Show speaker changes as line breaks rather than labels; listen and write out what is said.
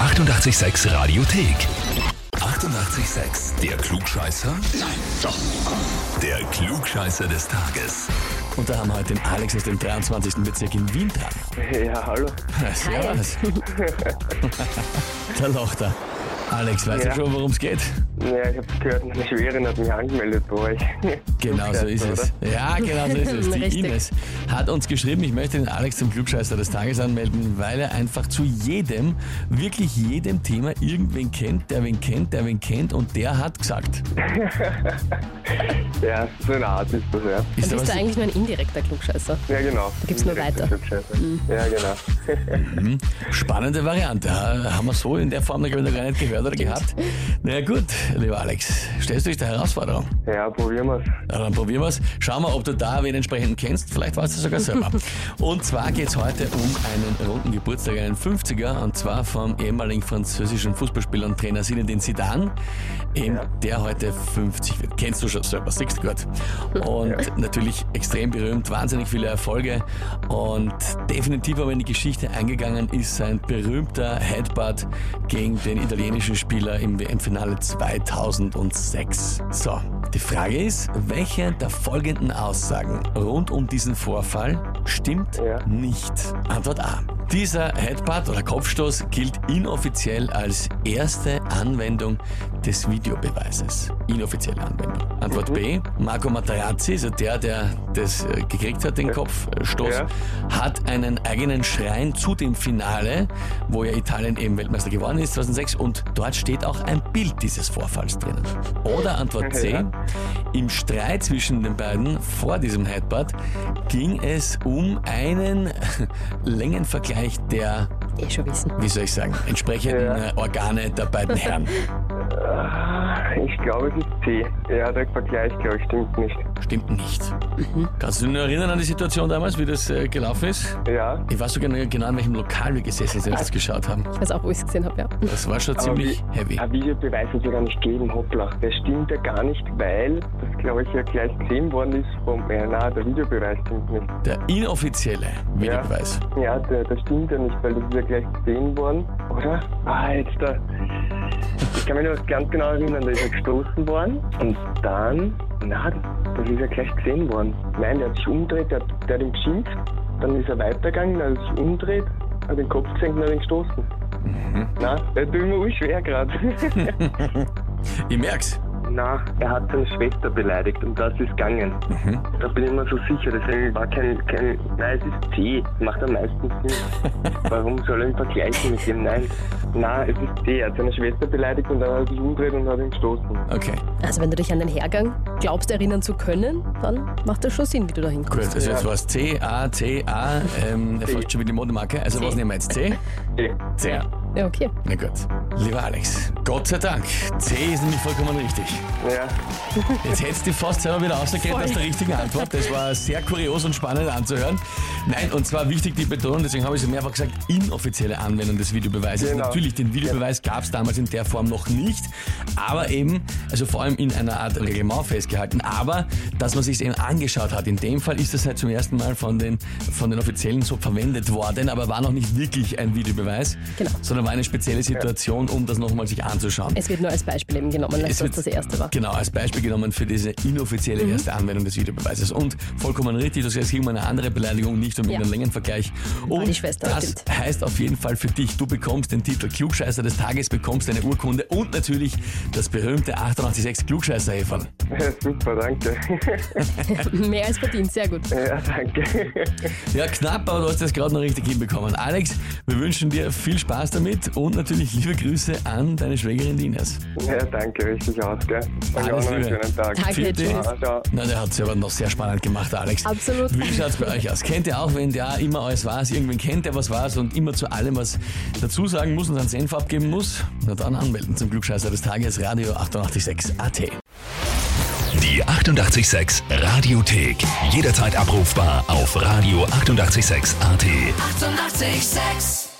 886 Radiothek. 88,6. Der Klugscheißer? Nein, doch. Der Klugscheißer des Tages.
Und da haben wir heute den Alex aus dem 23. Bezirk in Wien dran.
Ja, hallo.
Servus. da lacht er. Alex, weißt
Ja.
du schon, worum es geht?
Ja, ich habe gehört, meine Schwägerin hat mich angemeldet bei euch.
Genau so ist es. Ja, genau so ist es. Die
Richtig.
Ines hat uns geschrieben, ich möchte den Alex zum Klugscheißer des Tages anmelden, weil er einfach zu jedem, wirklich jedem Thema irgendwen kennt, der wen kennt, der wen kennt und der hat gesagt.
Ja, so eine Art ist das, ja.
Dann
aber
bist du
so-
eigentlich nur ein indirekter Klugscheißer.
Ja, genau.
Gib's nur weiter. Mhm.
Ja, genau.
Spannende Variante. Ha- Haben wir so in der Form noch gar nicht gehört oder gehabt. Na ja, gut, lieber Alex, stellst du dich der Herausforderung?
Ja, probieren wir's.
Na, dann probieren wir's. Schauen wir, ob du da wen entsprechend kennst. Vielleicht warst du sogar selber. und zwar geht's heute um einen runden Geburtstag, einen 50er, und zwar vom ehemaligen französischen Fußballspieler und Trainer Zinedine Zidane, eben, der heute 50 wird. Kennst du schon selber, siehst du gut. Und natürlich extrem berühmt, wahnsinnig viele Erfolge und definitiv aber in die Geschichte eingegangen ist sein berühmter Headbutt gegen den italienischen Spieler im WM-Finale 2006. So, die Frage ist, welche der folgenden Aussagen rund um diesen Vorfall stimmt
Ja.
nicht? Antwort A. Dieser Headbutt oder Kopfstoß gilt inoffiziell als erste Anwendung des Videobeweises. Inoffizielle Anwendung. Antwort B. Marco Materazzi, also der, der das äh, gekriegt hat, den Kopfstoß,
Ja.
hat einen eigenen Schrein zu dem Finale, wo ja Italien eben Weltmeister geworden ist 2006 und dort steht auch ein Bild dieses Vorfalls drinnen. Oder Antwort C.
Ja.
Im Streit zwischen den beiden vor diesem Headbutt ging es um einen Längenvergleich der,
Eh schon wissen.
wie soll ich sagen, entsprechenden
Ja.
äh, Organe der beiden Herren.
Ah, Ich glaube, es ist C. Ja, der Vergleich, glaube ich, stimmt nicht.
Stimmt nicht.
Mhm.
Kannst du dich noch erinnern an die Situation damals, wie das äh, gelaufen ist?
Ja,
Ich weiß sogar noch genau, in welchem Lokal wir gesessen sind, als wir das geschaut haben.
Ich weiß auch, wo ich es gesehen habe, ja.
Das war schon ziemlich
wie- Ah.
heavy.
ein Videobeweis hat es ja gar nicht geben, hoppla. Der stimmt ja gar nicht, weil das, glaube ich, ja gleich gesehen worden ist vom... Ja, na, der Videobeweis stimmt nicht.
Der inoffizielle Videobeweis.
Ja, der, das stimmt ja nicht, weil das ist ja gleich gesehen worden, oder? Ah, jetzt da. Ich kann mich noch ganz genau erinnern, da ist er gestoßen worden und dann, na, das ist ja gleich gesehen worden. Nein, der hat sich umgedreht, der, hat- der hat ihn geschimpft, dann ist er weitergegangen, dann hat er sich umgedreht, hat den Kopf gesenkt und hat ihn gestoßen. Na, das tut mir schwer gerade.
Ich merk's.
na, er hat seine Schwester beleidigt und das ist gegangen.
Mhm.
Da bin ich mir so sicher, deswegen war kein, kein, nein, es ist C, macht am meisten Sinn. Warum soll er ihn vergleichen mit dem? Nein, nein, es ist C, er hat seine Schwester beleidigt und dann hat er sich umgedreht und hat ihn gestoßen.
Okay,
Also wenn du dich an den Hergang glaubst erinnern zu können, dann macht das schon Sinn, wie du da
gut.
hinkommst.
Also jetzt war es C, A, C, A. Ähm, fast schon wie die Modemarke. Also was nehmen wir jetzt? C?
C.
C.
Ja, okay.
Na gut. Lieber Alex, Gott sei Dank. C ist nämlich vollkommen richtig.
Ja,
Jetzt hättest du fast selber wieder rausgekriegt aus der richtigen Antwort. Das war sehr kurios und spannend anzuhören. Nein, und zwar wichtig die Betonung, deswegen habe ich es mehrfach gesagt, inoffizielle Anwendung des Videobeweises.
Genau.
Natürlich, den Videobeweis gab es damals in der Form noch nicht, aber eben, also vor allem in einer Art Reglement festgehalten, aber dass man sich eben angeschaut hat. In dem Fall ist das halt zum ersten Mal von den, von den Offiziellen so verwendet worden, aber war noch nicht wirklich ein Videobeweis,
Genau.
sondern war eine spezielle Situation, um das nochmal sich anzuschauen.
Es wird nur als Beispiel eben genommen, als
Es
das
wird
das erste war. Mhm.
Genau, als Beispiel genommen für diese inoffizielle erste Anwendung des Videobeweises. Und vollkommen richtig, das heißt, es ging um eine andere Beleidigung, nicht um
Ja. Ah,
irgendeinen Längenvergleich. Und
die Schwester,
das
stimmt.
heißt auf jeden Fall für dich, du bekommst den Titel Klugscheißer des Tages, bekommst eine Urkunde und natürlich das berühmte 886 klugscheißer -Häferl.
super, danke.
Mehr als verdient, sehr gut.
Ja, danke.
Ja, knapp, aber du hast das gerade noch richtig hinbekommen. Alex, wir wünschen dir viel Spaß damit und natürlich liebe Grüße an deine Schwägerin die Ines.
Ja, danke, richtig aus, gell? Danke
Alles
auch noch einen
Liebe.
schönen Tag.
Danke,
Vierte.
tschüss.
Ciao, ciao.
Na, der hat es aber noch sehr spannend gemacht, Alex.
Absolut.
Wie schaut's bei euch aus? Kennt ihr auch, wenn der immer alles weiß, irgendwen kennt, der was weiß und immer zu allem was dazu sagen muss und seinen Senf abgeben muss? Na dann anmelden zum Glückscheißer des Tages, Radio 886 AT.
Die 88,6 Radiothek. Jederzeit abrufbar auf radio886.at. 88,6.
Eighty-eight, sex.